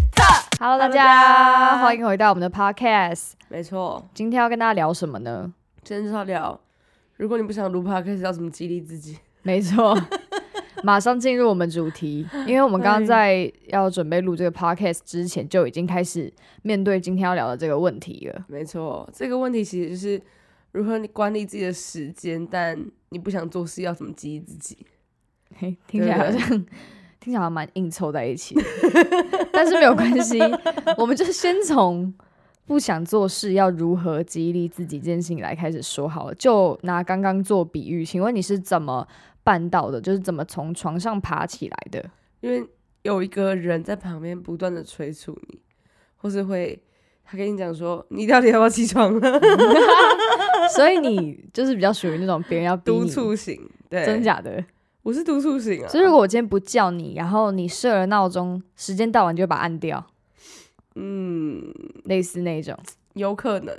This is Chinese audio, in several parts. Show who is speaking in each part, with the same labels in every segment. Speaker 1: Hello，大
Speaker 2: Hello，
Speaker 1: 家
Speaker 2: 大家
Speaker 1: 欢迎回到我们的 Podcast。
Speaker 2: 没错，
Speaker 1: 今天要跟大家聊什么 呢？
Speaker 2: 今天就是要聊，如果你不想录 podcast，要怎么激励自己？
Speaker 1: 没错，马上进入我们主题，因为我们刚刚
Speaker 2: 哎
Speaker 1: 在要准备录这个 Podcast 之前，就已经开始面对今天要聊的这个问题了。
Speaker 2: 没错，这个问题其实就是如何你管理自己的时间，但你不想做事，要怎么激励自己？
Speaker 1: 嘿， 听起来
Speaker 2: 对
Speaker 1: 好
Speaker 2: 不对
Speaker 1: 像听起来好像蛮硬凑在一起的， 但是没有关系， 我们就先从不想做事要如何激励自己这件事情来开始说好了。就拿刚刚做比喻，请问你是怎么办到的？就是怎么从床上爬起来 的？
Speaker 2: 因为有一个人在旁边不断的催促你，或是会他跟你讲说，你到底要不要起床 了？
Speaker 1: 所以你就是比较属于那种别人要逼
Speaker 2: 督
Speaker 1: 你，
Speaker 2: 促型，对，
Speaker 1: 真？假的？
Speaker 2: 我是督促型啊，
Speaker 1: 所以如果我今天不叫你，然后你设了闹钟，时间到完就把它按掉，
Speaker 2: 嗯，
Speaker 1: 类似那一种。
Speaker 2: 有可能，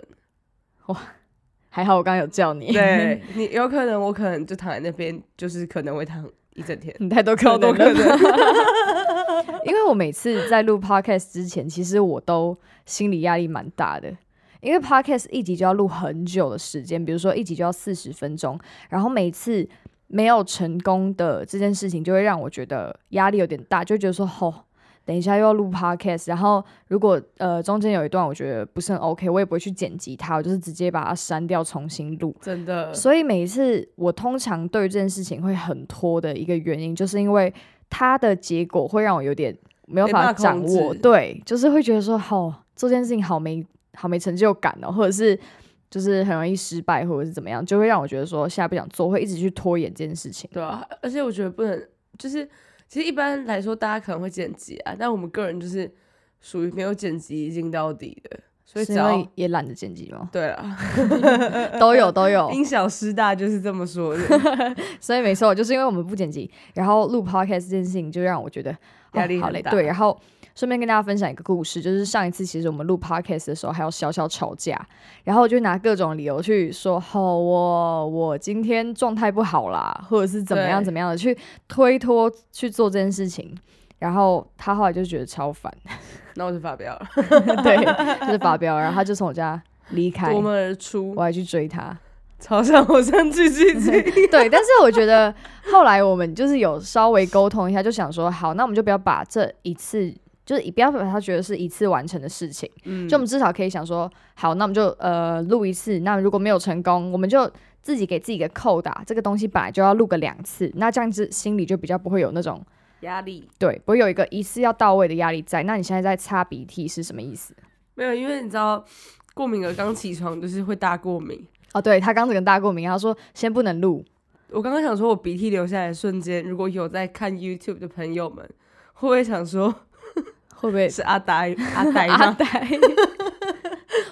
Speaker 1: 还好我刚刚有叫你，
Speaker 2: 对你有可能，我可能就躺在那边，就是可能会躺一整天。
Speaker 1: 你太多可
Speaker 2: 超多
Speaker 1: 能
Speaker 2: 可
Speaker 1: 了。
Speaker 2: 能，
Speaker 1: 因为我每次在录 podcast 之前，其实我都心理压力蛮大的，因为 podcast 一集就要录很久的时间，比如说一集就要四十分钟，然后每次没有成功的这件事情，就会让我觉得压力有点大，就会觉得说吼。等一下又要录 podcast，然后如果呃中间有一段我觉得不是很 OK，我也不会去剪辑它，我就是直接把它删掉重新录。
Speaker 2: 真的，
Speaker 1: 所以每一次我通常对这件事情会很拖的一个原因，就是因为它的结果会让我有点没有
Speaker 2: 没
Speaker 1: 办法
Speaker 2: 办法
Speaker 1: 掌
Speaker 2: 控
Speaker 1: 握，
Speaker 2: 制
Speaker 1: 对，就是会觉得说，好、做这件事情好没好没成就感哦，或者是就是很容易失败，或者是怎么样，就会让我觉得说现在不想做，会一直去拖延这件事情。
Speaker 2: 对啊，而且我觉得不能，就是其实一般来说大家可能会剪辑啊，但我们个人就是属于没有剪辑一镜到底的，所以
Speaker 1: 是
Speaker 2: 只
Speaker 1: 因为
Speaker 2: 要呃
Speaker 1: 也懒得剪辑吗？
Speaker 2: 对啊，
Speaker 1: 都有都有，
Speaker 2: 因小失大就是这么说的，
Speaker 1: 所以没错，就是因为我们不剪辑，然后录 podcast 这件事情，就让我觉得
Speaker 2: 压力
Speaker 1: 哦、好
Speaker 2: 很
Speaker 1: 累。
Speaker 2: 大
Speaker 1: 对，然后顺便跟大家分享一个故事，就是上一次其实我们录 podcast 的时候还有小小吵架，然后我就拿各种理由去说，好、哦，我我今天状态不好啦，或者是怎么样
Speaker 2: 对
Speaker 1: 怎么样的去推脱去做这件事情。然后他后来就觉得超烦，
Speaker 2: 那我就发飙了，
Speaker 1: 对，就是发飙，然后他就从我家离开，
Speaker 2: 夺
Speaker 1: 我
Speaker 2: 门而出，
Speaker 1: 还去追他。
Speaker 2: 朝向我上去去 去，
Speaker 1: 对，但是我觉得后来我们就是有稍微沟通一下，就想说，好，那我们就不要把这一次，就是不要把它觉得是一次完成的事情，
Speaker 2: 嗯
Speaker 1: 就我们至少可以想说，好，那我们就呃录一次，那如果没有成功，我们就自己给自己一个扣打，这个东西本来就要录个两次，那这样子心里就比较不会有那种
Speaker 2: 压力
Speaker 1: 对，不会有一个一次要到位的压力在。那你现在在擦鼻涕是什么意思？
Speaker 2: 没有，因为你知道过敏儿刚起床就是会大过敏。
Speaker 1: 哦，对他刚整个大过敏，他说先不能录，
Speaker 2: 我刚刚想说，我鼻涕流下来的瞬间，如果有在看 YouTube 的朋友们，会不会想说
Speaker 1: 会不会
Speaker 2: 是阿呆阿呆吗？
Speaker 1: 阿呆。啊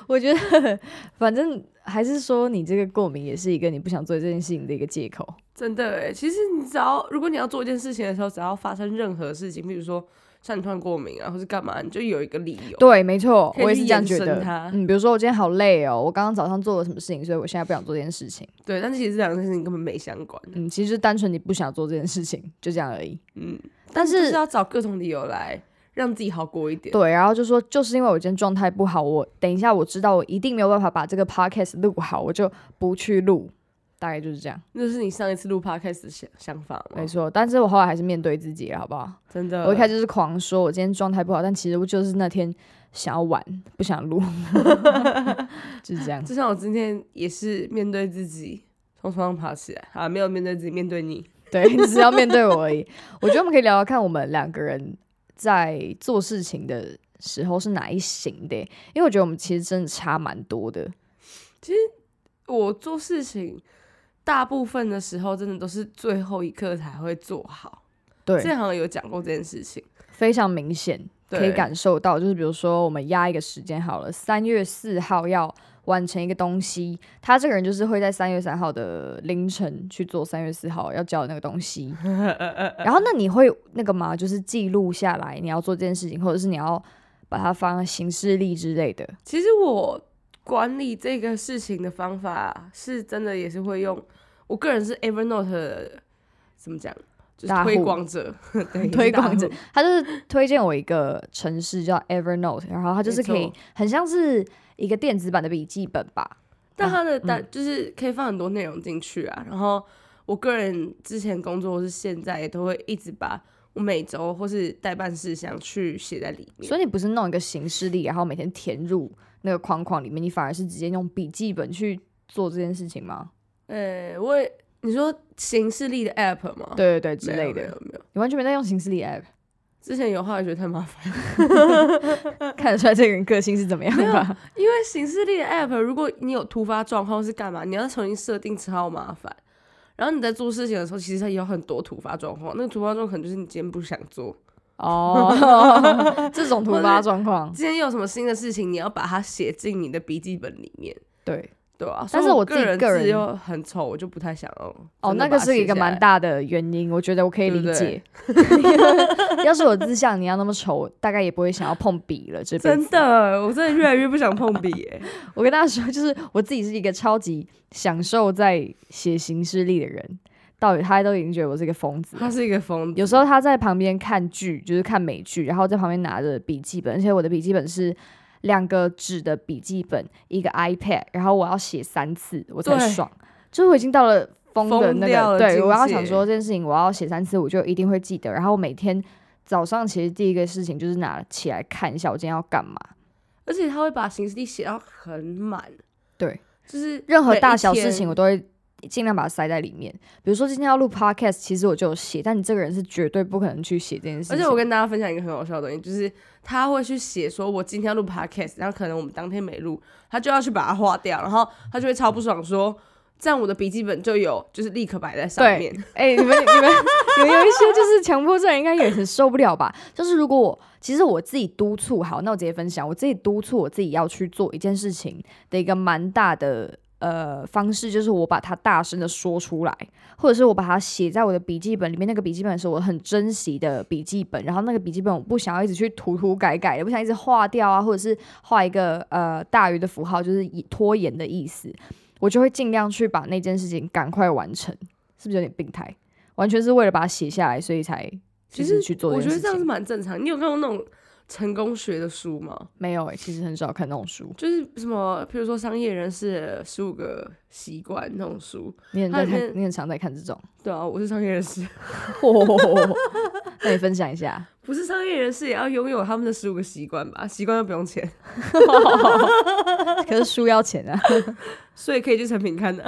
Speaker 1: 我觉得，反正还是说你这个过敏也是一个你不想做这件事情的一个借口。
Speaker 2: 真的哎，其实你只要如果你要做一件事情的时候，只要发生任何事情，比如说像你突然过敏啊，或是干嘛，你就有一个理由。
Speaker 1: 对，没错，
Speaker 2: 可以
Speaker 1: 我也
Speaker 2: 去
Speaker 1: 是这样
Speaker 2: 延
Speaker 1: 觉
Speaker 2: 伸
Speaker 1: 得
Speaker 2: 它。
Speaker 1: 嗯，比如说我今天好累哦，我刚刚早上做了什么事情，所以我现在不想做这件事情。
Speaker 2: 对，但是其实这两件事情根本没相关。
Speaker 1: 嗯，其实就单纯你不想做这件事情，就这样而已。
Speaker 2: 嗯，
Speaker 1: 但
Speaker 2: 就是是要找各种理由来让自己好过一点。
Speaker 1: 对，然后就说就是因为我今天状态不好，我等一下我知道我一定没有办法把这个 podcast 录好，我就不去录，大概就是这样。
Speaker 2: 那是你上一次录 podcast 的想想法吗
Speaker 1: 没？错，但是我后来还是面对自己了，好不好？
Speaker 2: 真的，
Speaker 1: 我一开始就是狂说，我今天状态不好，但其实我就是那天想要玩，不想录， 就是这样。
Speaker 2: 就像我今天也是面对自己，从床上爬起来啊，没有面对自己，面对你。
Speaker 1: 对， 只是要面对我而已。我觉得我们可以聊聊看，我们两个人在做事情的时候是哪一型的耶，欸因为我觉得我们其实真的差蛮多的。
Speaker 2: 我做事情大部分的时候，真的都是最后一刻才会做好。之
Speaker 1: 对，
Speaker 2: 前好像有讲过这件事情。
Speaker 1: 非常明显，可以
Speaker 2: 对
Speaker 1: 感受到，就是比如说我们压一个时间好了，三月四号要完成一个东西，他这个人就是会在三月三号的凌晨去做三月四号要交的那个东 西。然后那你会那个吗？就是记录下来你要做这件事情，或者是你要把它放在行事历之类的。
Speaker 2: 其实我管理这个事情的方法是真的也是会用，我个人是 Evernote 的怎么讲，就是
Speaker 1: 大户
Speaker 2: 推广者， 对
Speaker 1: 推广者
Speaker 2: 大户，
Speaker 1: 他就是推荐我一个城市叫 Evernote，然后它就是可
Speaker 2: 没
Speaker 1: 以
Speaker 2: 错
Speaker 1: 很像是一个电子版的笔记本吧。
Speaker 2: 但它
Speaker 1: 啊
Speaker 2: 的
Speaker 1: 嗯
Speaker 2: 单、就是可以放很多内容进去啊。然后我个人之前工作或是现在也都会一直把我每周或是代办事项去写在里面。
Speaker 1: 所以你不是弄一个形式力，然后每天填入那个框框里面，你反而是直接用笔记本去做这件事情吗？
Speaker 2: 呃、我也你说形式力的 app 吗？
Speaker 1: 对对对，之
Speaker 2: 没有，
Speaker 1: 类
Speaker 2: 没有
Speaker 1: 的，
Speaker 2: 没有。
Speaker 1: 你完全没在用形式力哎 app，
Speaker 2: 之前有，后来觉得太麻烦。嗯
Speaker 1: 看得出来这个人个性是怎么样吧？
Speaker 2: 因为行事历的 app，如果你有突发状况是干嘛，你要重新设定超麻烦。然后你在做事情的时候，其实它有很多突发状况，那个突发状况可能就是你今天不想做，
Speaker 1: 哦，这种突发状况，
Speaker 2: 今天又有什么新的事情，你要把它写进你的笔记本里面，
Speaker 1: 对，
Speaker 2: 对啊。
Speaker 1: 但是
Speaker 2: 所以
Speaker 1: 我
Speaker 2: 我
Speaker 1: 自己
Speaker 2: 人
Speaker 1: 个人
Speaker 2: 字又很丑，我就不太想要。
Speaker 1: 哦，
Speaker 2: 真
Speaker 1: 那
Speaker 2: 的
Speaker 1: 个
Speaker 2: 把它
Speaker 1: 是一个
Speaker 2: 写下来
Speaker 1: 蛮。大的原因，我觉得我可以理
Speaker 2: 对不
Speaker 1: 解。 要是我字像你一样那么丑，我大概也不会想要碰笔了。这辈
Speaker 2: 真
Speaker 1: 子，
Speaker 2: 的，我真的越来越不想碰笔 耶、
Speaker 1: 我跟大家说，就是我自己是一个超级享受在写行事历的人，到底他都已经觉得我是一个疯子了。
Speaker 2: 他是一个疯子，
Speaker 1: 有时候他在旁边看剧，就是看美剧，然后在旁边拿着笔记本，而且我的笔记本是两个纸的笔记本，一个 iPad，然后我要写三次我才
Speaker 2: 对
Speaker 1: 爽，就是我已经到了疯的
Speaker 2: 疯
Speaker 1: 那
Speaker 2: 掉
Speaker 1: 个，
Speaker 2: 了
Speaker 1: 对
Speaker 2: 境
Speaker 1: 我要
Speaker 2: 界
Speaker 1: 想说这件事情，我要写三次，我就一定会记得。然后每天早上其实第一个事情就是拿起来看一下我今天要干嘛，
Speaker 2: 而且他会把行事历写到很满，
Speaker 1: 对，
Speaker 2: 就是
Speaker 1: 任何
Speaker 2: 每一
Speaker 1: 大小事
Speaker 2: 天
Speaker 1: 情我都会。尽量把它塞在里面。比如说今天要录 podcast，其实我就有写，但你这个人是绝对不可能去写这件事情。
Speaker 2: 而且我跟大家分享一个很好笑的东西，就是他会去写说，我今天要录 podcast，然后可能我们当天没录，他就要去把它划掉，然后他就会超不爽说，这样我的笔记本就有就是立刻摆在上面。
Speaker 1: 哎、你们你们你们有一些就是强迫症，应该也很受不了吧？就是如果我其实我自己督促，好，那我直接分享，我自己督促我自己要去做一件事情的一个蛮大的呃方式，就是我把它大声的说出来，或者是我把它写在我的笔记本里面。那个笔记本是我很珍惜的笔记本，然后那个笔记本我不想要一直去涂涂改改，也不想一直划掉啊，或者是画一个呃大于的符号，就是以拖延的意思。我就会尽量去把那件事情赶快完成，是不是有点病态？完全是为了把它写下来，所以才
Speaker 2: 其
Speaker 1: 就是
Speaker 2: 实
Speaker 1: 去做
Speaker 2: 我
Speaker 1: 这
Speaker 2: 觉
Speaker 1: 件
Speaker 2: 得
Speaker 1: 事
Speaker 2: 这样
Speaker 1: 情。
Speaker 2: 是蛮正常。你有看过那种成功学的书吗？
Speaker 1: 没有哎、其实很少看那种书。
Speaker 2: 就是什么，譬如说商业人士十五个习惯那种书。
Speaker 1: 你很
Speaker 2: 它
Speaker 1: 在
Speaker 2: 里
Speaker 1: 看，
Speaker 2: 面
Speaker 1: 你很常在看这 种。
Speaker 2: 对啊，我是商业人士，
Speaker 1: 那你分享一下，
Speaker 2: 不是商业人士也要拥有他们的十五个习惯吧？习惯又不用钱，
Speaker 1: 可是书要 钱啊。
Speaker 2: 所以可以去成品看的。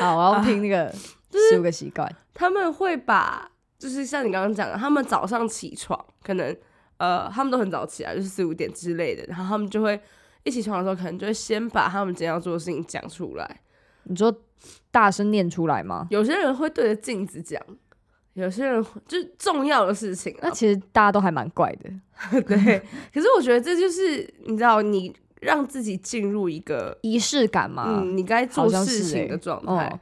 Speaker 1: 好，我要听那
Speaker 2: 啊
Speaker 1: 个十五个习惯。
Speaker 2: 他们会把，就是像你刚刚讲的，他们早上起床，可能呃，他们都很早起来，就是四五点之类的，然后他们就会一起床的时候，可能就会先把他们今天要做的事情讲出来。
Speaker 1: 你说大声念出来吗？
Speaker 2: 有些人会对着镜子讲，有些人会就是重要的事情、
Speaker 1: 那
Speaker 2: 啊，
Speaker 1: 其实大家都还蛮怪的。
Speaker 2: 对。可是我觉得这就是你知道，你让自己进入一个
Speaker 1: 仪式感嘛，
Speaker 2: 嗯，你该
Speaker 1: 好
Speaker 2: 做
Speaker 1: 像是
Speaker 2: 事
Speaker 1: 欸
Speaker 2: 情的状态。
Speaker 1: 哦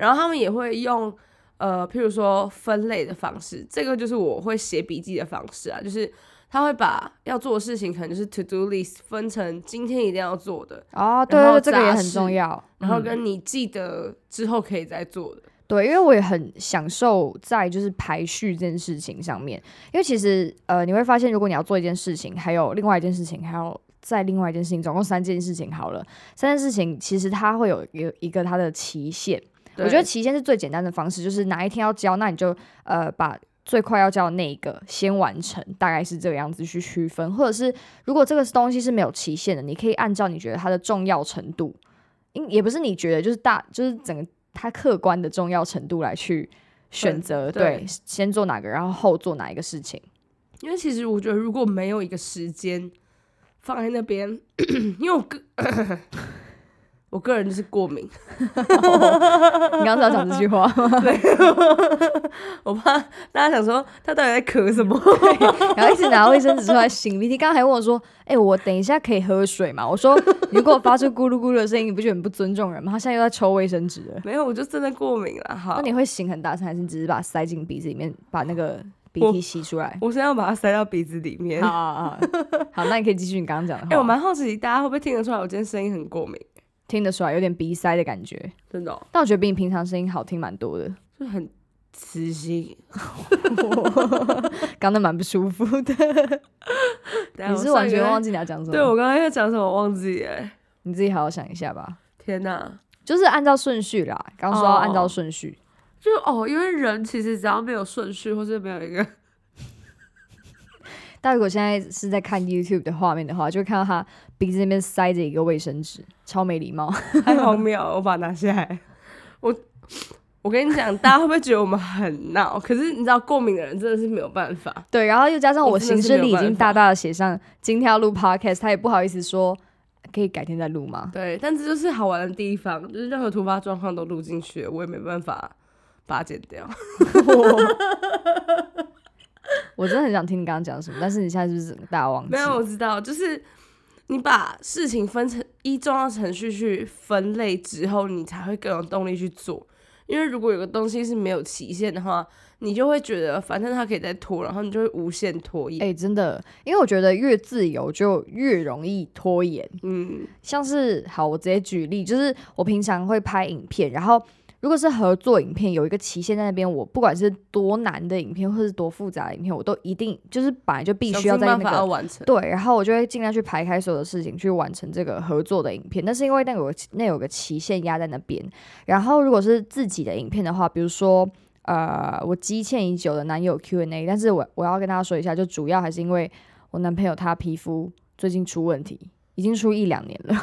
Speaker 2: 然后他们也会用呃，譬如说分类的方式，这个就是我会写笔记的方式啊，就是他会把要做的事情，可能就是 to do list 分成今天一定要做的，
Speaker 1: 哦，对对
Speaker 2: 然
Speaker 1: 对，
Speaker 2: 后
Speaker 1: 这个也
Speaker 2: 杂
Speaker 1: 很
Speaker 2: 事
Speaker 1: 重要。
Speaker 2: 然后
Speaker 1: 嗯
Speaker 2: 跟你记得之后可以再做的。
Speaker 1: 对，因为我也很享受在就是排序这件事情上面，因为其实呃，你会发现，如果你要做一件事情，还有另外一件事情，还有再另外一件事情，总共三件事情好了。三件事情其实它会有一个一个它的期限，我觉得
Speaker 2: 对
Speaker 1: 期限是最简单的方式，就是哪一天要交，那你就呃把最快要交的那一个先完成，大概是这个样子去区分，或者是如果这个东西是没有期限的，你可以按照你觉得它的重要程度，应也不是你觉得，就是大就是整个它客观的重要程度来去选择，
Speaker 2: 对
Speaker 1: 对，先做哪个，然后后做哪一个事情。
Speaker 2: 因为其实我觉得如果没有一个时间放在那边， 因为我个 我个人就是过敏，
Speaker 1: 你刚刚是要讲这句话吗？
Speaker 2: 我怕大家想说他到底在咳什么。
Speaker 1: 然后一直拿卫生纸出来擤鼻涕。刚刚还问我说：“哎、我等一下可以喝水吗？”我说：“你如果发出咕噜咕噜的声音，你不觉得很不尊重人吗？”他现在又在抽卫生纸了。
Speaker 2: 没有，我就真的过敏了。
Speaker 1: 那
Speaker 2: 好，
Speaker 1: 你会擤很大声，还是你只是把它塞进鼻子里面，把那个鼻
Speaker 2: 我
Speaker 1: 涕吸出来？
Speaker 2: 我现在要把它塞到鼻子里面。
Speaker 1: 好好好，好，那你可以继续你刚刚讲的话。
Speaker 2: 哎、我蛮好奇大家会不会听得出来我今天声音很过敏，
Speaker 1: 听得出来有点鼻塞的感觉，
Speaker 2: 真的、哦，
Speaker 1: 但我觉得比你平常声音好听蛮多的。
Speaker 2: 就是很磁性。
Speaker 1: 刚才蛮不舒服的。
Speaker 2: 等下
Speaker 1: 你
Speaker 2: 啊我
Speaker 1: 是
Speaker 2: 上
Speaker 1: 完
Speaker 2: 一
Speaker 1: 全
Speaker 2: 个
Speaker 1: 忘记你要讲什么？
Speaker 2: 对我刚刚要讲什么忘记哎，
Speaker 1: 你自己好好想一下吧。
Speaker 2: 天哪！
Speaker 1: 就是按照顺序啦，刚说要按照
Speaker 2: 哦
Speaker 1: 顺序。
Speaker 2: 就哦，因为人其实只要没有顺序，或是没有一个
Speaker 1: 但如果现在是在看 YouTube 的画面的话，就会看到他鼻子那边塞着一个卫生纸，超没礼貌。
Speaker 2: 太荒谬了，我把它拿下来。 我我跟你讲，大家会不会觉得我们很闹？可是你知道，过敏的人真的是没有办法。
Speaker 1: 对，然后又加上
Speaker 2: 我
Speaker 1: 我
Speaker 2: 真的
Speaker 1: 行
Speaker 2: 是
Speaker 1: 事
Speaker 2: 没有
Speaker 1: 历已
Speaker 2: 办
Speaker 1: 经
Speaker 2: 法
Speaker 1: 大大的写上今天要录 Podcast，他也不好意思说可以改天再录吗？
Speaker 2: 对，但这就是好玩的地方，就是任何突发状况都录进去，我也没办法把它剪掉。
Speaker 1: 我真的很想听你刚刚讲什么，但是你现在是不是整个大忘记？
Speaker 2: 没有，我知道，就是你把事情分成依重要程序去分类之后，你才会更有动力去做。因为如果有个东西是没有期限的话，你就会觉得反正它可以再拖，然后你就会无限拖延。
Speaker 1: 哎、真的，因为我觉得越自由就越容易拖延。
Speaker 2: 嗯，
Speaker 1: 像是好，我直接举例，就是我平常会拍影片，然后如果是合作影片，有一个期限在那边，我不管是多难的影片，或是多复杂的影片，我都一定就是本来就必须要在那
Speaker 2: 想尽办法要
Speaker 1: 个。
Speaker 2: 完成。
Speaker 1: 对，然后我就会尽量去排开所有的事情，去完成这个合作的影片。但是因为那有个那有个期限压在那边，然后如果是自己的影片的话，比如说呃，我积欠已久的男友 Q&A，但是我我要跟大家说一下，就主要还是因为我男朋友他皮肤最近出问题，已经出一两年了，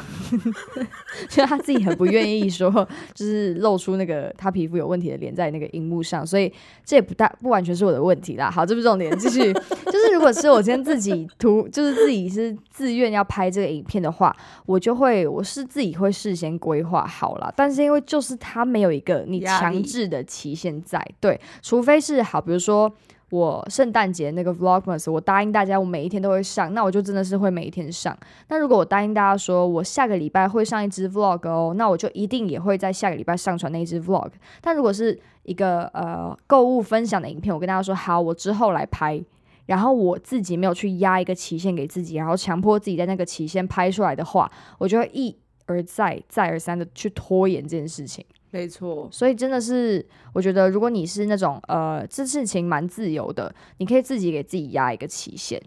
Speaker 1: 所以他自己很不愿意说，就是露出那个他皮肤有问题的脸在那个荧幕上，所以这也不大不完全是我的问题啦。好，这不是重点，继续，就是如果是我今天自己图，就是自己是自愿要拍这个影片的话，我就会我是自己会事先规划好啦，但是因为就是他没有一个你
Speaker 2: 压
Speaker 1: 强
Speaker 2: 力
Speaker 1: 制的期限在，对，除非是好，比如说。我圣诞节那个 Vlogmas，我答应大家我每一天都会上，那我就真的是会每一天上。那如果我答应大家说我下个礼拜会上一支 Vlog 哦，那我就一定也会在下个礼拜上传那一支 Vlog。但如果是一个呃购物分享的影片，我跟大家说好，我之后来拍。然后我自己没有去压一个期限给自己，然后强迫自己在那个期限拍出来的话，我就会一而再、再而三的去拖延这件事情。
Speaker 2: 没错，
Speaker 1: 所以真的是，我觉得如果你是那种呃，这事情蛮自由的，你可以自己给自己压一个期限，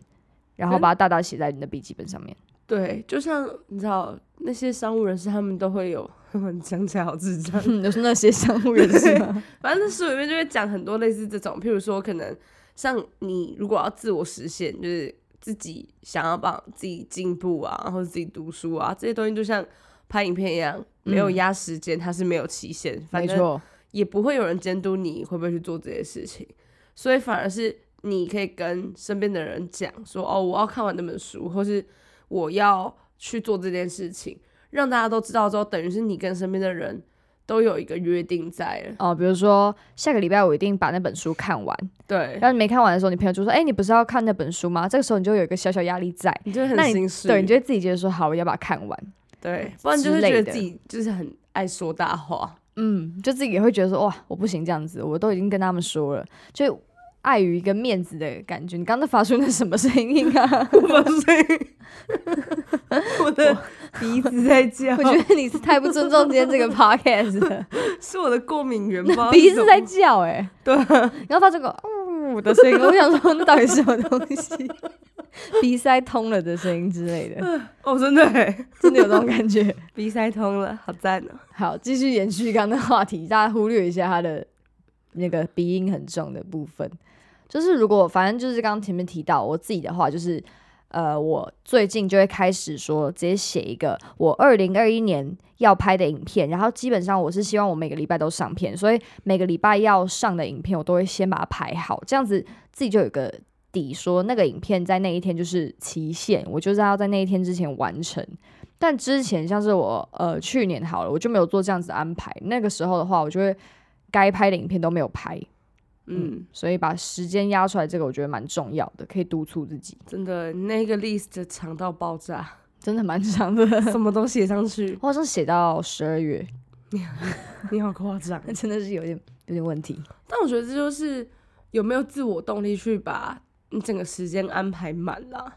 Speaker 1: 然后
Speaker 2: 嗯
Speaker 1: 把它大大写在你的笔记本上面。
Speaker 2: 对，就像你知道那些商务人士，他们都会有， 讲起来好智障。
Speaker 1: 嗯，就是啊那些商务人 士吗，
Speaker 2: 反正那书里面就会讲很多类似这种，譬如说，可能像你如果要自我实现，就是自己想要帮自己进步啊，或者自己读书啊，这些东西就像拍影片一样，没有压时间，它是没有期限，反
Speaker 1: 没
Speaker 2: 正
Speaker 1: 错，
Speaker 2: 也不会有人监督你会不会去做这些事情，所以反而是你可以跟身边的人讲说，哦，我要看完那本书，或是我要去做这件事情，让大家都知道之后，等于是你跟身边的人都有一个约定在了，
Speaker 1: 哦、比如说下个礼拜我一定把那本书看完，
Speaker 2: 对。
Speaker 1: 然后你没看完的时候，你朋友就说：“哎、你不是要看那本书吗？”这个时候你就有一个小小压力在，
Speaker 2: 你就会
Speaker 1: 那
Speaker 2: 很
Speaker 1: 你
Speaker 2: 心虚，
Speaker 1: 对，你就会自己觉得说：“好，我要把它看完。
Speaker 2: 对，不然就
Speaker 1: 之
Speaker 2: 会
Speaker 1: 类
Speaker 2: 觉
Speaker 1: 的
Speaker 2: 得自己就是很爱说大话。”
Speaker 1: 嗯，就自己也会觉得说：“哇，我不行这样子，我都已经跟他们说了，就碍于一个面子的感觉。”你刚刚发出那什么声音啊？
Speaker 2: 我 我的鼻子在叫
Speaker 1: 我觉得你是太不尊重今天这 个 podcast 了，
Speaker 2: 是我的过敏 源吗？
Speaker 1: 鼻子在叫哎、
Speaker 2: 对啊，
Speaker 1: 然后发这个呜的声音，我想说嗯那到底是什么东西？ 鼻塞通了的声音之类 的，
Speaker 2: 哦，真的耶，
Speaker 1: 真的有这种感觉。
Speaker 2: 鼻塞通了，好赞哦！
Speaker 1: 好，继续延续刚刚的话题，大家忽略一下他的那个鼻音很重的部分。就是如果反正就是刚刚前面提到我自己的话，就是呃，我最近就会开始说直接写一个我二零二一年要拍的影片，然后基本上我是希望我每个礼拜都上片，所以每个礼拜要上的影片我都会先把它排好，这样子自己就有个底，说那个影片在那一天就是期限，我就是要在那一天之前完成。但之前像是我呃去年好了，我就没有做这样子的安排。那个时候的话，我就会该拍的影片都没有拍，
Speaker 2: 嗯，
Speaker 1: 所以把时间压出来，这个我觉得蛮重要的，可以督促自己，
Speaker 2: 真的，那个 list 长到爆炸，
Speaker 1: 真的蛮长的。
Speaker 2: 什么都写上 去，
Speaker 1: 我好像写到十二月，
Speaker 2: 你好夸 张。
Speaker 1: 真的是有点有点问题。
Speaker 2: 但我觉得这就是有没有自我动力去把你整个时间安排满啦、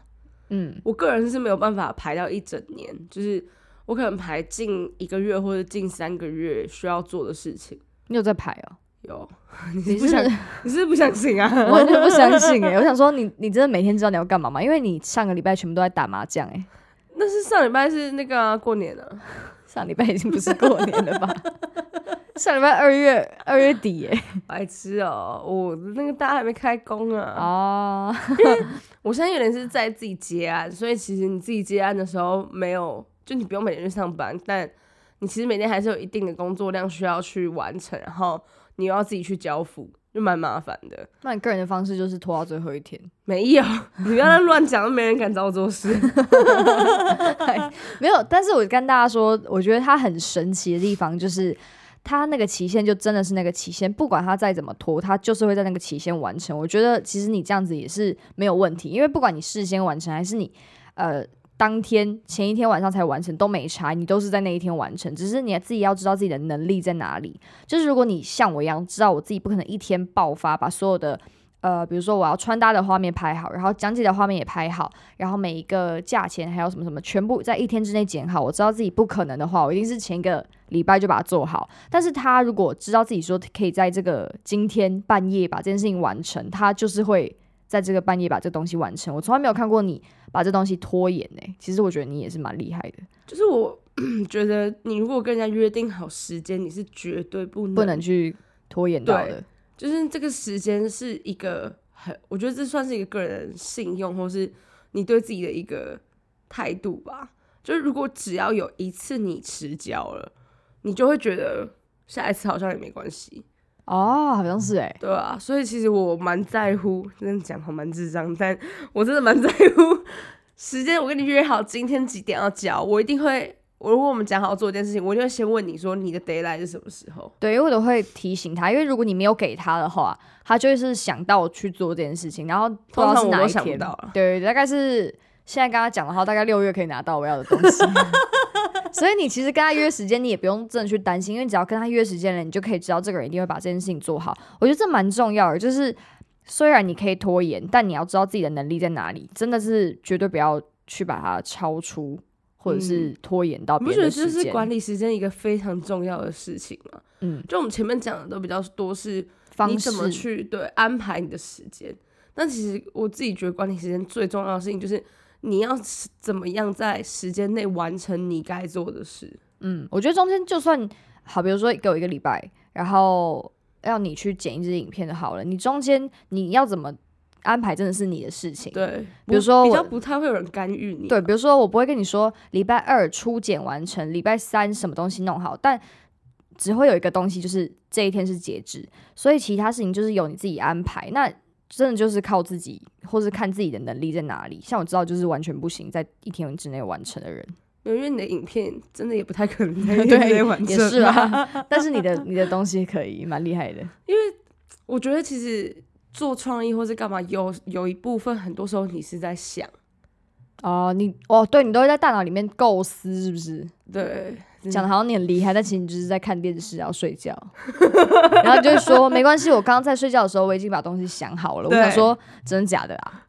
Speaker 1: 嗯，
Speaker 2: 我个人是没有办法排到一整年，就是我可能排近一个月或者近三个月需要做的事情。
Speaker 1: 你有在排哦？
Speaker 2: 有，
Speaker 1: 你
Speaker 2: 是不 想
Speaker 1: 是
Speaker 2: 你是不是不相信啊？
Speaker 1: 我完全不相信哎、我想说你你真的每天知道你要干嘛吗？因为你上个礼拜全部都在打麻将哎、
Speaker 2: 那是上礼拜是那个啊、过年啊，
Speaker 1: 上礼拜已经不是过年了吧？ 上礼拜二月二月底哎、
Speaker 2: 白痴哦、我那个大家还没开工啊。
Speaker 1: 哦，
Speaker 2: 我现在有点是在自己接案，所以其实你自己接案的时候没有，就你不用每天去上班，但你其实每天还是有一定的工作量需要去完成，然后你又要自己去交付，就蛮麻烦的。
Speaker 1: 那你个人的方式就是拖到最后一天，
Speaker 2: 没有， 你不要再乱讲，没人敢找我做事。
Speaker 1: 没有。但是我跟大家说，我觉得它很神奇的地方就是。它那个期限就真的是那个期限，不管它再怎么拖，它就是会在那个期限完成。我觉得其实你这样子也是没有问题，因为不管你事先完成还是你呃当天前一天晚上才完成都没差，你都是在那一天完成，只是你自己要知道自己的能力在哪里。就是如果你像我一样知道我自己不可能一天爆发，把所有的呃，比如说我要穿搭的画面拍好，然后讲解的画面也拍好，然后每一个价钱还有什么什么，全部在一天之内剪好。我知道自己不可能的话，我一定是前一个礼拜就把它做好。但是他如果知道自己说可以在这个今天半夜把这件事情完成，他就是会在这个半夜把这东西完成。我从来没有看过你把这东西拖延呢、其实我觉得你也是蛮厉害的，
Speaker 2: 就是我 觉得，你如果跟人家约定好时间，你是绝对不能，
Speaker 1: 不能去拖延到
Speaker 2: 对
Speaker 1: 的。
Speaker 2: 就是这个时间是一个很，我觉得这算是一个个人信用，或是你对自己的一个态度吧。就是如果只要有一次你迟交了，你就会觉得下一次好像也没关系，
Speaker 1: 哦，好像是哎、
Speaker 2: 对啊。所以其实我蛮在乎，真的讲好蛮智障，但我真的蛮在乎 时间。我跟你约好今天几点要交，我一定会。我如果我们讲好做一件事情，我一定会先问你说你的 d a y l i g h t 是什么时候。
Speaker 1: 对，因为我都会提醒 他，因为如果你没有给他的话，他就会是想到去做这件事情，然后不知道是
Speaker 2: 通常
Speaker 1: 哪
Speaker 2: 我
Speaker 1: 一
Speaker 2: 都想不
Speaker 1: 天。
Speaker 2: 到啊
Speaker 1: 对，大概是现在跟他讲的话，大概六月可以拿到我要的东西。 所以你其实跟他约时间，你也不用真的去担心，因为只要跟他约时间了，你就可以知道这个人一定会把这件事情做好。我觉得这蛮重要的，就是虽然你可以拖延，但你要知道自己的能力在哪里，真的是绝对不要去把它超出或者是拖延到
Speaker 2: 你
Speaker 1: 别
Speaker 2: 嗯不觉
Speaker 1: 人
Speaker 2: 得
Speaker 1: 的
Speaker 2: 这
Speaker 1: 时
Speaker 2: 是
Speaker 1: 间。
Speaker 2: 管理时间一个非常重要的事情吗？
Speaker 1: 嗯，
Speaker 2: 就我们前面讲的都比较多是你
Speaker 1: 方式
Speaker 2: 怎么去对安排你的时间。但其实我自己觉得管理时间最重要的事情就是你要是怎么样在时间内完成你该做的事。
Speaker 1: 嗯，我觉得中间就算好，比如说给我一个礼拜，然后要你去剪一支影片就好了。你中间你要怎么安排，真的是你的事情。
Speaker 2: 对，
Speaker 1: 比如
Speaker 2: 不
Speaker 1: 说
Speaker 2: 比
Speaker 1: 我
Speaker 2: 较不太会有人干预你。
Speaker 1: 对，比如说我不会跟你说礼拜二初剪完成，礼拜三什么东西弄好，但只会有一个东西，就是这一天是截止，所以其他事情就是由你自己安排。那真的就是靠自己，或是看自己的能力在哪里。像我知道，就是完全不行在一天之内完成的人，
Speaker 2: 因为你的影片真的也不太可能 在
Speaker 1: 对
Speaker 2: 一天完
Speaker 1: 也
Speaker 2: 成
Speaker 1: 是
Speaker 2: 吧。
Speaker 1: 啊。 但是你的你的东西可以，蛮厉害的。
Speaker 2: 我觉得其实做创意或是干嘛，有有一部分很多时候你是在想，
Speaker 1: 哦，你哦，对你都会在大脑里面构思，是不
Speaker 2: 嗯
Speaker 1: 是？
Speaker 2: 对，真
Speaker 1: 讲的好像你很厉害，但其实你就是在看电视，然后睡觉， 然后你就会说没关系，我刚刚在睡觉的时候我已经把东西想好了。我
Speaker 2: 对
Speaker 1: 想说，真的假的啊？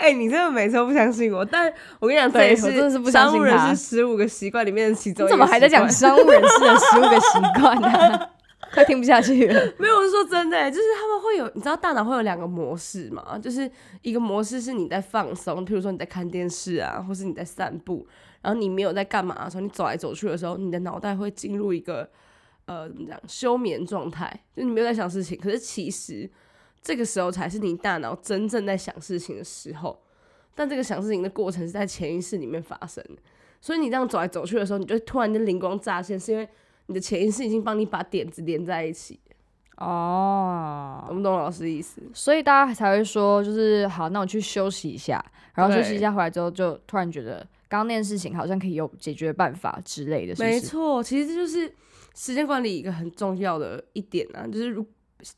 Speaker 2: 哎、你真的每次都不相信我，但我跟你讲，这
Speaker 1: 对
Speaker 2: 也
Speaker 1: 我真的是不相
Speaker 2: 商
Speaker 1: 信
Speaker 2: 务人
Speaker 1: 他
Speaker 2: 士十五个习惯里面的其中
Speaker 1: 你
Speaker 2: 一个习惯。
Speaker 1: 怎么还在讲商务人士的食物的习惯 呢？ 快听不下去了。
Speaker 2: 没有，我是说真的、就是他们会有，你知道大脑会有两个模式嘛？就是一个模式是你在放松，譬如说你在看电视啊，或是你在散步，然后你没有在干嘛的时候，你走来走去的时候，你的脑袋会进入一个呃怎么讲休眠状态，就你没有在想事情。可是其实这个时候才是你大脑真正在想事情的时候，但这个想事情的过程是在潜意识里面发生的。所以你这样走来走去的时候，你就会突然间灵光乍现，是因为你的潜意识已经帮你把点子连在一起。
Speaker 1: 哦，
Speaker 2: 懂不懂老师意思？
Speaker 1: 所以大家才会说，就是好，那我去休息一下，然后休息一
Speaker 2: 对
Speaker 1: 下回来之后，就突然觉得刚刚那件事情好像可以有解决办法之类的，是不
Speaker 2: 没
Speaker 1: 是？
Speaker 2: 错，其实这就是时间管理一个很重要的一点啊，就是如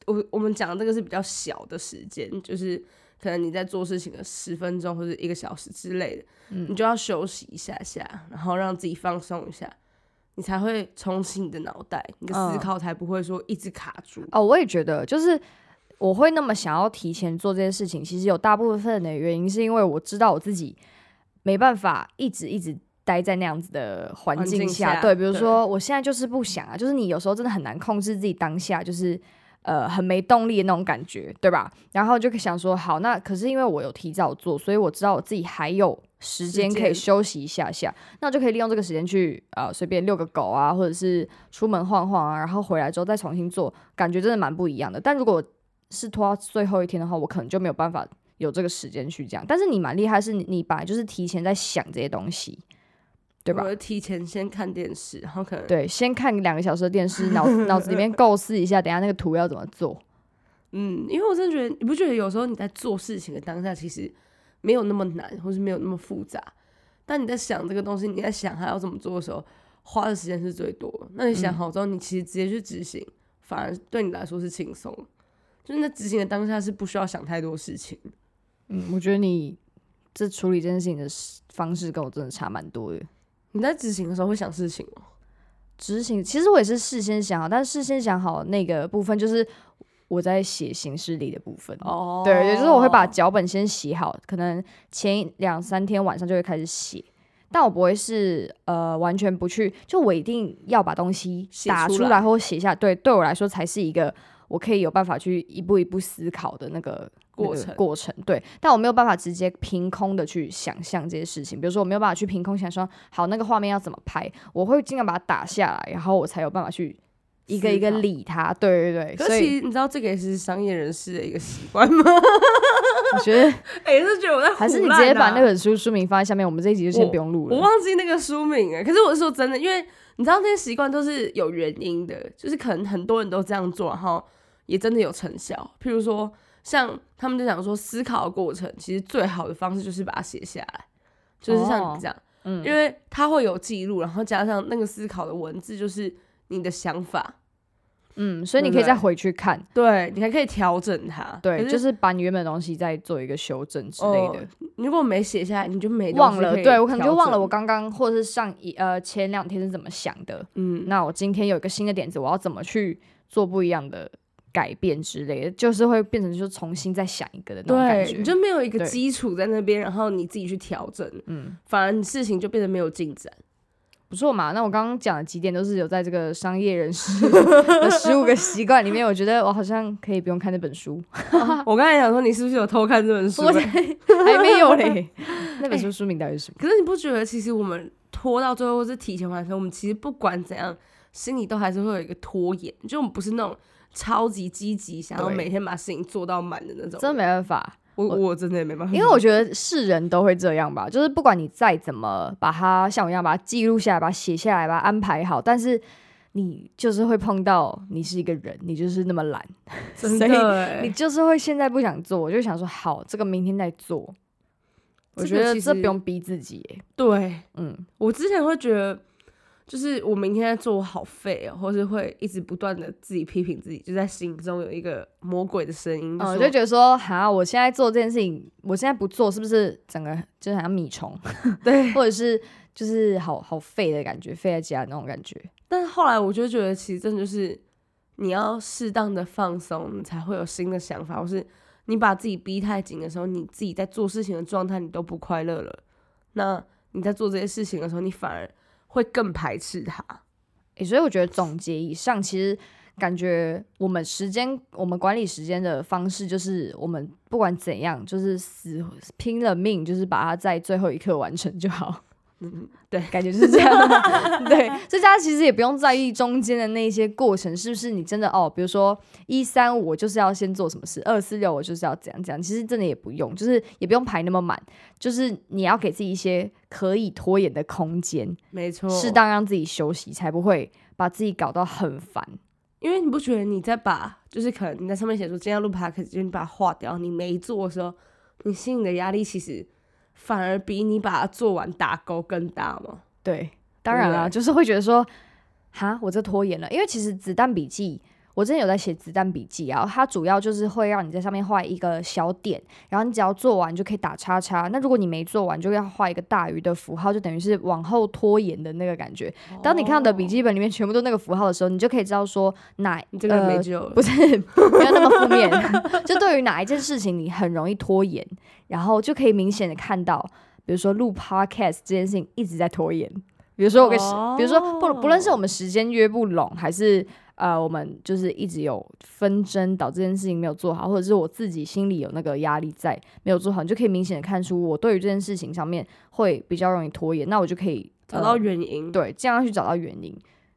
Speaker 2: 我我们讲的这个是比较小的时间，就是可能你在做事情的十分钟或者一个小时之类的，你就要休息一下下，然后让自己放松一下，你才会重启你的脑袋，你的
Speaker 1: 嗯
Speaker 2: 思考才不会说一直卡住。
Speaker 1: 哦，我也觉得，就是我会那么想要提前做这件事情，其实有大部分的原因是因为我知道我自己没办法一直一直待在那样子的环
Speaker 2: 环
Speaker 1: 境
Speaker 2: 境
Speaker 1: 下。
Speaker 2: 下
Speaker 1: 对，比如
Speaker 2: 对
Speaker 1: 说我现在就是不想啊，就是你有时候真的很难控制自己当下，就是呃很没动力的那种感觉，对吧？然后就想说，好，那可是因为我有提早做，所以我知道我自己还有时间
Speaker 2: 时间
Speaker 1: 可以休息一下下，那我就可以利用这个时间去呃随便遛个狗啊，或者是出门晃晃啊，然后回来之后再重新做，感觉真的蛮不一样的。但如果是拖到最后一天的话，我可能就没有办法有这个时间去这样。但是你蛮厉害，是你你本来就是提前在想这些东西，对吧
Speaker 2: 我？会提前先看电视，然后可能
Speaker 1: 对，先看两个小时的电视，脑脑子里面构思一下，等一下那个图要怎么做。
Speaker 2: 嗯，因为我真的觉得，你不觉得有时候你在做事情的当下，其实没有那么难，或是没有那么复杂。但你在想这个东西，你在想它要怎么做的时候，花的时间是最多的。那你想好之后，你其实直接去执行，反而对你来说是轻松。就是在执行的当下是不需要想太多事情。
Speaker 1: 嗯，我觉得你这处理这件事情的方式跟我真的差蛮多的。
Speaker 2: 你在执行的时候会想事情吗？
Speaker 1: 执行其实我也是事先想好，但是事先想好那个部分就是我在写行事历的部分。
Speaker 2: 哦
Speaker 1: 对，也就是我会把脚本先写好，可能前一两三天晚上就会开始写，但我不会是呃完全不去，就我一定要把东西
Speaker 2: 写
Speaker 1: 打
Speaker 2: 出
Speaker 1: 出
Speaker 2: 来
Speaker 1: 来或写下，对，对我来说才是一个我可以有办法去一步一步思考的那个那
Speaker 2: 过
Speaker 1: 个
Speaker 2: 程
Speaker 1: 过程，对，但我没有办法直接凭空的去想象这些事情，比如说我没有办法去凭空想象，好那个画面要怎么拍，我会尽量把它打下来，然后我才有办法去。一个
Speaker 2: 思
Speaker 1: 一个
Speaker 2: 考
Speaker 1: 理它，对对对，
Speaker 2: 可
Speaker 1: 所
Speaker 2: 是其
Speaker 1: 以
Speaker 2: 实你知道这个也是商业人士的一个习惯吗？
Speaker 1: 我觉得
Speaker 2: 哎、也是觉得我在、啊
Speaker 1: 还是你直接把那。本书书名放在下面，我们这一集就先不用录
Speaker 2: 我
Speaker 1: 了。
Speaker 2: 忘记那个书名了。可是我是说真的，因为你知道这些习惯都是有原因的，就是可能很多人都这样做，然后也真的有成效。譬如说，像他们就讲说，思考的过程其实最好的方式就是把它写下来，就是像
Speaker 1: 哦
Speaker 2: 你这样，
Speaker 1: 嗯
Speaker 2: 因为它会有记录，然后加上那个思考的文字，就是你的想法，
Speaker 1: 嗯，所以你可以再回去看，
Speaker 2: 对你还可以调整它。
Speaker 1: 对，
Speaker 2: 可
Speaker 1: 就是是把你原本的东西再做一个修正之类的。
Speaker 2: 如果没写下来，你就没东西
Speaker 1: 忘了，
Speaker 2: 以
Speaker 1: 对我可能就
Speaker 2: 调
Speaker 1: 忘了
Speaker 2: 整
Speaker 1: 我刚刚或者是上一呃前两天是怎么想的。
Speaker 2: 嗯，
Speaker 1: 那我今天有一个新的点子，我要怎么去做不一样的改变之类的，就是会变成就是重新再想一个的那种感
Speaker 2: 对，
Speaker 1: 觉。
Speaker 2: 你就没有一个
Speaker 1: 对
Speaker 2: 基础在那边，然后你自己去调整，
Speaker 1: 嗯，
Speaker 2: 反而你事情就变得没有进展。
Speaker 1: 不错嘛。那我刚刚讲的几点都是有在这个商业人士的十五个习惯里面，我觉得我好像可以不用看那本 书。
Speaker 2: 我刚才想说，你是不是有偷看这本书
Speaker 1: 我
Speaker 2: 啊？
Speaker 1: 才还没有嘞。 那本书书名到底是什么？
Speaker 2: 可是你不觉得，其实我们拖到最后或是提前完成，我们其实不管怎样，心里都还是会有一个拖延，就我们不是那种超级积极，想要
Speaker 1: 对
Speaker 2: 每天把事情做到满的那种。
Speaker 1: 真的没办法，
Speaker 2: 我我真的也没办法，
Speaker 1: 因为我觉得是人都会这样吧，就是不管你再怎么把它像我一样把它记录下来，把它写下来，把它安排好，但是你就是会碰到你是一个人，你就是那么懒，
Speaker 2: 真
Speaker 1: 所以
Speaker 2: 的欸
Speaker 1: 你就是会现在不想做，我就想说好，这个明天再做。我
Speaker 2: 这
Speaker 1: 觉
Speaker 2: 个
Speaker 1: 得
Speaker 2: 其
Speaker 1: 这
Speaker 2: 实
Speaker 1: 不用逼自己耶、
Speaker 2: 对。
Speaker 1: 嗯，
Speaker 2: 我之前会觉得，就是我明天在做，我好废哦，或是会一直不断的自己批评自己，就在心中有一个魔鬼的声音，
Speaker 1: 嗯，我
Speaker 2: 说
Speaker 1: 就觉得说，哈，我现在做这件事情，我现在不做，是不是整个就是好像米虫，
Speaker 2: 对。
Speaker 1: 或者是就是好好废的感觉，废在家那种感觉。
Speaker 2: 但是后来我就觉得，其实真的就是你要适当的放松，你才会有新的想法，或是你把自己逼太紧的时候，你自己在做事情的状态你都不快乐了，那你在做这些事情的时候，你反而会更排斥它。
Speaker 1: 欸，所以我觉得总结以上，其实感觉我们时间，我们管理时间的方式，就是我们不管怎样，就是死拼了命，就是把它在最后一刻完成就好。
Speaker 2: 嗯，对，
Speaker 1: 感觉就是这 样，对，所以大家其实也不用在意中间的那些过程是不是你真的哦，比如说一三五我就是要先做什么事，二四六我就是要怎样怎样，其实真的也不用，就是也不用排那么满，就是你要给自己一些可以拖延的空间，
Speaker 2: 没错，
Speaker 1: 适当让自己休息，才不会把自己搞到很烦。
Speaker 2: 因为你不觉得你在把，就是可能你在上面写说今天要录 podcast，就是你把它划掉，你没做的时候，你心里的压力其实反而比你把它做完打勾更大吗？
Speaker 1: 对，当然啦，
Speaker 2: 对
Speaker 1: 就是会觉得说，哈，我这拖延了，因为其实子弹笔记。我之前有在写子弹笔记啊，然后它主要就是会让你在上面画一个小点，然后你只要做完就可以打叉叉。那如果你没做完，就要画一个大于的符号，就等于是往后拖延的那个感觉。当你看到你的笔
Speaker 2: 哦，
Speaker 1: 记本里面全部都那个符号的时候，你就可以知道说哪
Speaker 2: 你这个人
Speaker 1: 呃
Speaker 2: 没救了。
Speaker 1: 不是没有那么负面， 就对于哪一件事情你很容易拖延，然后就可以明显的看到，比如说录 podcast 这件事情一直在拖延，比如说我跟时
Speaker 2: 哦
Speaker 1: 比如说不不论是我们时间约不拢，还是呃我们就是一直有纷争，导致这件事情没有做好，或者是我自己心里有那个压力在没有做好，你就可以明显的看出我对于这件事情上面会比较容易拖延，那我就可以
Speaker 2: 找到
Speaker 1: 呃
Speaker 2: 原因。
Speaker 1: 对，这样去找到原因，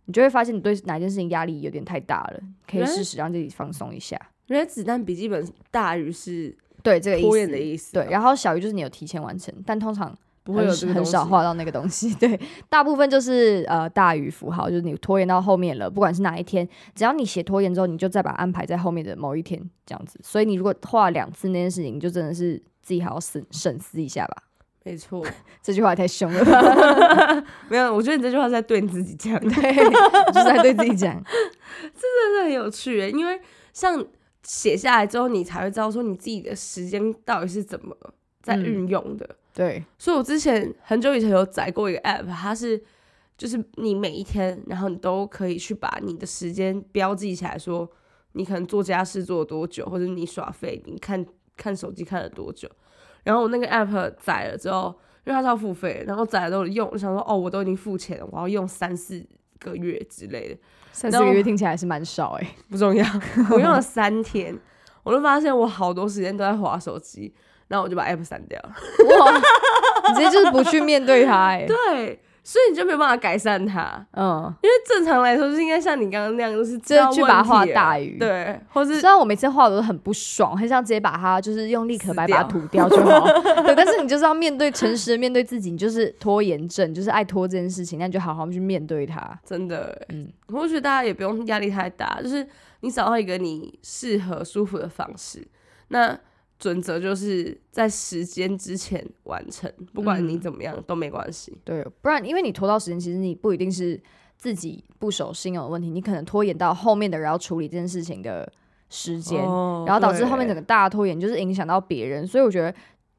Speaker 1: 你就会发现你对哪件事情压力有点太大了，可以
Speaker 2: 原来
Speaker 1: 适时让自己放松一下。
Speaker 2: 原来子弹笔记本大于是
Speaker 1: 对，这个
Speaker 2: 拖延的
Speaker 1: 思。
Speaker 2: 意思啊，
Speaker 1: 对，然后小于就是你有提前完成，但通常
Speaker 2: 不会有
Speaker 1: 很
Speaker 2: 这个
Speaker 1: 很
Speaker 2: 东
Speaker 1: 少
Speaker 2: 西
Speaker 1: 画到那个东西。 对，大部分就是呃大于符号，就是你拖延到后面了，不管是哪一天，只要你写拖延之后，你就再把它安排在后面的某一天这样子。所以你如果画两次那件事情，你就真的是自己好好审审思一下吧。
Speaker 2: 没错，
Speaker 1: 这句话也太凶了 吧？
Speaker 2: 没有，我觉得你这句话是在对你自己讲的，
Speaker 1: 对，就是在对自己讲，
Speaker 2: 真的很有趣耶。因为像写下来之后，你才会知道说你自己的时间到底是怎么在
Speaker 1: 嗯
Speaker 2: 运用的。
Speaker 1: 对，
Speaker 2: 所以我之前很久以前有载过一个 app，它是就是你每一天，然后你都可以去把你的时间标记起来，说你可能做家事做了多久，或者你耍废，你看看手机看了多久。然后我那个 app 载了之后，因为它是要付费，然后载了之后用，我想说哦，我都已经付钱了，我要用三四个月之类的，
Speaker 1: 三
Speaker 2: 四
Speaker 1: 四
Speaker 2: 个
Speaker 1: 个
Speaker 2: 月
Speaker 1: 月听起来还是蛮少哎、
Speaker 2: 不重要。我用了三天，我就发现我好多时间都在划手机，然后我就把 app 删掉了。
Speaker 1: 哇，你直接就是不去面对它哎、
Speaker 2: 对，所以你就没有办法改善它。
Speaker 1: 嗯。
Speaker 2: 因为正常来说，就是应该像你刚刚那样，就是知道
Speaker 1: 就是去把它
Speaker 2: 问题
Speaker 1: 画大
Speaker 2: 了
Speaker 1: 于
Speaker 2: 对，或是
Speaker 1: 虽然我每次画的都很不爽，很想直接把它就是用立可白
Speaker 2: 撕掉
Speaker 1: 把它涂掉就好，对。但是你就是要面对诚实的面对自己，你就是拖延症，就是爱拖这件事情，那你就好好去面对它。
Speaker 2: 真的，嗯
Speaker 1: 嗯，
Speaker 2: 我觉得大家也不用压力太大，就是你找到一个你适合舒服的方式。那准则就是在时间之前完成，不管你
Speaker 1: 嗯
Speaker 2: 怎么样都没关系。
Speaker 1: 对，不然因为你拖到时间，其实你不一定是自己不守信用的问题，你可能拖延到后面的人要处理这件事情的时间，
Speaker 2: 哦
Speaker 1: 然后导致后面整个
Speaker 2: 对
Speaker 1: 大拖延，就是影响到别人。所以我觉得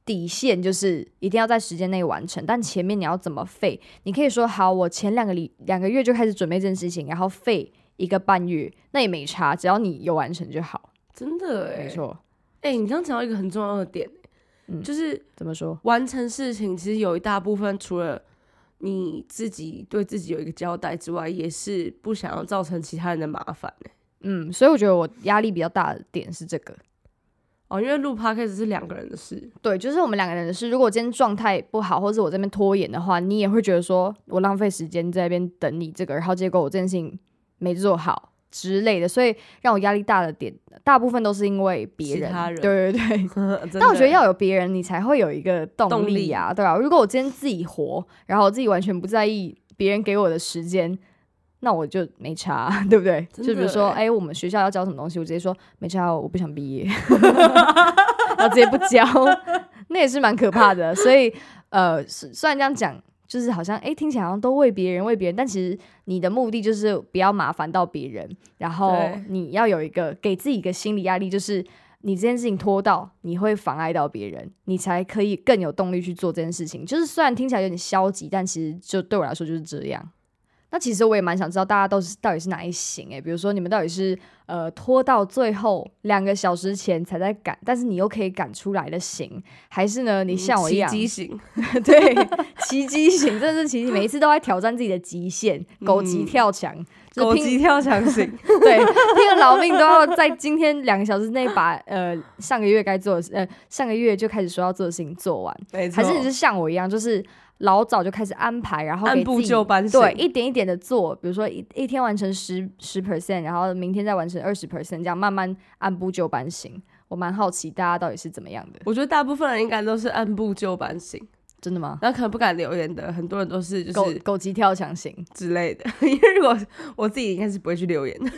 Speaker 1: 底线就是一定要在时间内完成，但前面你要怎么废？你可以说好，我前两个礼两个月就开始准备这件事情，然后废一个半月，那也没差，只要你有完成就好。
Speaker 2: 真的哎，
Speaker 1: 没错，
Speaker 2: 哎、你刚刚讲到一个很重要的点，欸
Speaker 1: 嗯
Speaker 2: 就是
Speaker 1: 怎么说？
Speaker 2: 完成事情，其实有一大部分除了你自己对自己有一个交代之外，也是不想要造成其他人的麻烦、欸、
Speaker 1: 嗯，所以我觉得我压力比较大的点是这个。
Speaker 2: 哦，因为录 podcast 是两个人 的事，
Speaker 1: 对，就是我们两个人的事。如果今天状态不好，或者我这边拖延的话，你也会觉得说我浪费时间在那边等你这个，然后结果我这件事情没做好之类的，所以让我压力大的点，大部分都是因为别
Speaker 2: 其
Speaker 1: 人。
Speaker 2: 他人
Speaker 1: 对对对。
Speaker 2: 但
Speaker 1: 但我觉得要有别人，你才会有一个动力呀、对吧、如果我今天自己活，然后我自己完全不在意别人给我的时间。那我就没差 啊、对不对？
Speaker 2: 真
Speaker 1: 就比如
Speaker 2: 的
Speaker 1: 说，
Speaker 2: 欸
Speaker 1: 哎、我们学校要教什么东西，我直接说没差，我不想毕业， 然后直接不教， 那也是蛮可怕的。所以，呃，虽虽然这样讲，就是好像哎、听起来好像都为别人为别人，但其实你的目的就是不要麻烦到别人，然后
Speaker 2: 对
Speaker 1: 你要有一个给自己一个心理压力，就是你这件事情拖到，你会妨碍到别人，你才可以更有动力去做这件事情。就是虽然听起来有点消极，但其实就对我来说就是这样。那其实我也蛮想知道大家都是到底是哪一型诶、比如说你们到底是呃拖到最后两个小时前才在赶，但是你又可以赶出来的型，还是呢你像我一样
Speaker 2: 嗯奇迹型，
Speaker 1: 对，奇迹型真的是奇迹，每一次都在挑战自己的极限，狗急
Speaker 2: 嗯
Speaker 1: 跳墙， 就
Speaker 2: 狗
Speaker 1: 是拼
Speaker 2: 急跳墙 型，
Speaker 1: 对，拼了老命都要在今天两个小时内把呃上个月该做的事，呃上个月就开始说要做的事情做完，
Speaker 2: 没
Speaker 1: 还
Speaker 2: 错，
Speaker 1: 是你是像我一样，就是老早就开始安排，然后
Speaker 2: 按
Speaker 1: 给
Speaker 2: 部
Speaker 1: 自己
Speaker 2: 就班型，
Speaker 1: 对，一点一点的做，比如说一一天完成十十 percent，然后明天再完成二十 percent，这样慢慢按部就班行。我蛮好奇大家到底是怎么样的，
Speaker 2: 我觉得大部分人应该都是按部就班型，
Speaker 1: 真的吗？
Speaker 2: 然后可能不敢留言的，很多人都是就
Speaker 1: 狗
Speaker 2: 是
Speaker 1: 狗急跳墙型，
Speaker 2: 之类的， 因为如果我自己应该是不会去留言的，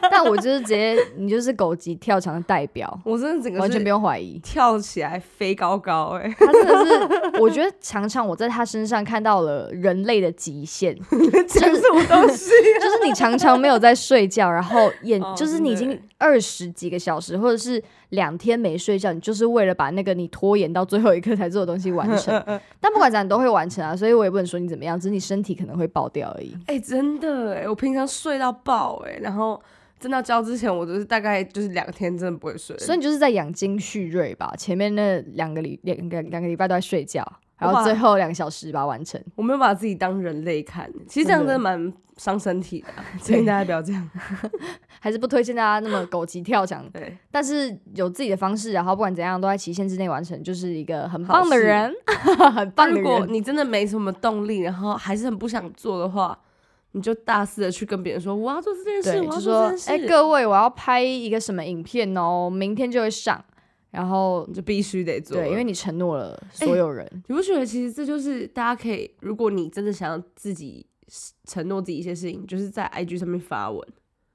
Speaker 1: 但我就是直接，你就是狗急跳墙的代表，
Speaker 2: 我真的整个
Speaker 1: 完全不
Speaker 2: 有
Speaker 1: 用怀 疑。
Speaker 2: 跳起来飞高高、欸，哎，
Speaker 1: 他真的是，我觉得常常我在他身上看到了人类的极 限，就
Speaker 2: 讲什么东西？啊
Speaker 1: 是你常常没有在睡觉，然后眼
Speaker 2: 哦
Speaker 1: 就是你已
Speaker 2: 真
Speaker 1: 经
Speaker 2: 的
Speaker 1: 二十几个小时或者是两天没睡觉，你就是为了把那个你拖延到最后一刻才做的东西完
Speaker 2: 嗯
Speaker 1: 成。但不管怎样，你都会完成啊，所以我也不能说你怎么样，只是你身体可能会爆掉而已。
Speaker 2: 哎、真的哎、我平常睡到爆哎、然后真的要交之前，我就是大概就是两天真的不会睡，
Speaker 1: 所以你就是在养精蓄锐吧，前面那两个礼两个两个礼拜都在睡觉，然后最后两个小时把它完成。
Speaker 2: 我没有把自己当人类看，其实这样真的蛮伤身体的 啊，建议大家不要这样。
Speaker 1: 还是不推荐大家那么狗急跳墙，
Speaker 2: 对，
Speaker 1: 但是有自己的方式，然后不管怎样都在期限之内完成，就是一个很
Speaker 2: 好
Speaker 1: 棒的
Speaker 2: 事
Speaker 1: 人，很
Speaker 2: 但
Speaker 1: 棒的
Speaker 2: 如果
Speaker 1: 人。
Speaker 2: 你真的没什么动力，然后还是很不想做的话，你就大肆的去跟别人说我要做这件事，
Speaker 1: 对，
Speaker 2: 我
Speaker 1: 就说
Speaker 2: 要做这件事，
Speaker 1: 哎、各位，我要拍一个什么影片哦，明天就会上。然后
Speaker 2: 你就必须得做了。哎
Speaker 1: 对，因为你承诺了所有人，
Speaker 2: 你不觉得其实这就是大家可以，如果你真的想要自己承诺自己一些事情，就是在 IG 上面发文，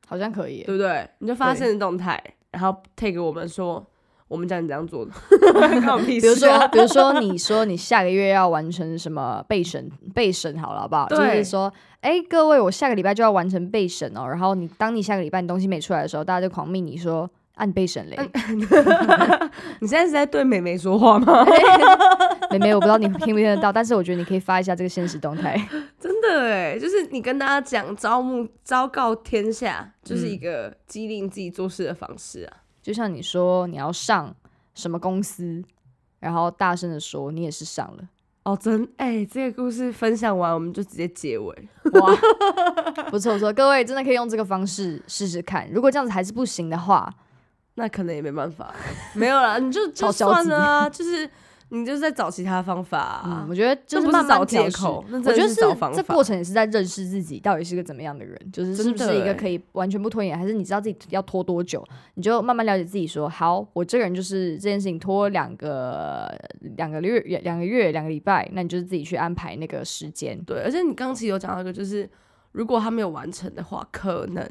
Speaker 1: 好像可以耶。
Speaker 2: 对不对？你就发现的动态，然后 take 给我们说，我们叫你这样 做的，关我屁
Speaker 1: 比如
Speaker 2: 事
Speaker 1: 说，
Speaker 2: 啊
Speaker 1: 比如说，你说你下个月要完成什么备审， 备审好了，好不好？就
Speaker 2: 对
Speaker 1: 是说，哎，各位，我下个礼拜就要完成备审哦。然后你当你下个礼拜你东西没出来的时候，大家就狂命你说，按备审嘞。
Speaker 2: 哎你现在是在对美眉说话吗？
Speaker 1: 妹妹，我不知道你听不听得到，但是我觉得你可以发一下这个现实动态。
Speaker 2: 真的哎，就是你跟大家讲招募昭告天下，就是一个激励自己做事的方式啊。
Speaker 1: 就像你说你要上什么公司，然后大声的说你也是上了，
Speaker 2: 哦，真哎、这个故事分享完，我们就直接结尾。
Speaker 1: 哇，不错不错，各位真的可以用这个方式试试看。如果这样子还是不行的话，
Speaker 2: 那可能也没办法，没有啦，你 就
Speaker 1: 超
Speaker 2: 就
Speaker 1: 消极
Speaker 2: 算了啊，就是你就是在找其他方法、啊
Speaker 1: 嗯，我觉得就
Speaker 2: 那不
Speaker 1: 慢慢
Speaker 2: 找
Speaker 1: 调
Speaker 2: 借
Speaker 1: 试
Speaker 2: 口，那
Speaker 1: 我
Speaker 2: 真
Speaker 1: 觉
Speaker 2: 的
Speaker 1: 得
Speaker 2: 是
Speaker 1: 是
Speaker 2: 找方
Speaker 1: 这
Speaker 2: 法。
Speaker 1: 过程也是在认识自己到底是个怎么样的人，就是是
Speaker 2: 真
Speaker 1: 不是一
Speaker 2: 的
Speaker 1: 个
Speaker 2: 欸
Speaker 1: 可以完全不拖延，还是你知道自己要拖多久，你就慢慢了解自己说好，我这个人就是这件事情拖两个两个月、两个月、两个礼拜，那你就是自己去安排那个时间。
Speaker 2: 对，而且你刚刚其实有讲到一个，就是如果他没有完成的话，可能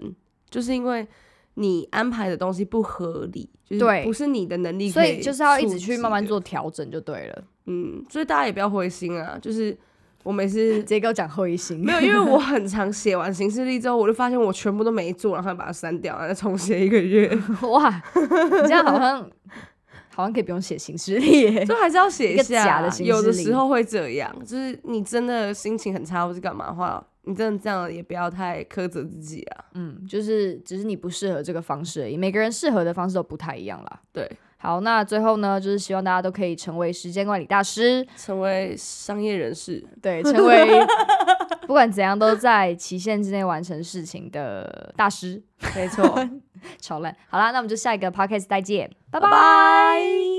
Speaker 2: 就是因为你安排的东西不合理，就是
Speaker 1: 对
Speaker 2: 不是你的能力可
Speaker 1: 所以就是要一
Speaker 2: 触
Speaker 1: 直去
Speaker 2: 及
Speaker 1: 慢慢
Speaker 2: 的。
Speaker 1: 做调整就对了。
Speaker 2: 嗯，所以大家也不要灰心啊，就是我每次
Speaker 1: 直。接给我讲后遗心，
Speaker 2: 没有，因为我很常写完行事历之后，我就发现我全部都没做，然后把它删掉，然后再重写一 个月，
Speaker 1: 哇，你这样好像好像可以不用写行事历耶，
Speaker 2: 就还是要写
Speaker 1: 一个
Speaker 2: 下啊。
Speaker 1: 假的行
Speaker 2: 有的
Speaker 1: 事历
Speaker 2: 时候会这样，就是你真的心情很差或是干嘛的话，你真的这样也不要太苛责自己啊。
Speaker 1: 嗯，就是只是你不适合这个方式而已，每个人适合的方式都不太一样啦。
Speaker 2: 对，
Speaker 1: 好，那最后呢，就是希望大家都可以成为时间管理大师，
Speaker 2: 成为商业人士，
Speaker 1: 对，成为不管怎样都在期限之内完成事情的大师，
Speaker 2: 没错。
Speaker 1: 超烂。好啦，那我们就下一个 podcast 再见，拜
Speaker 2: 拜
Speaker 1: 拜。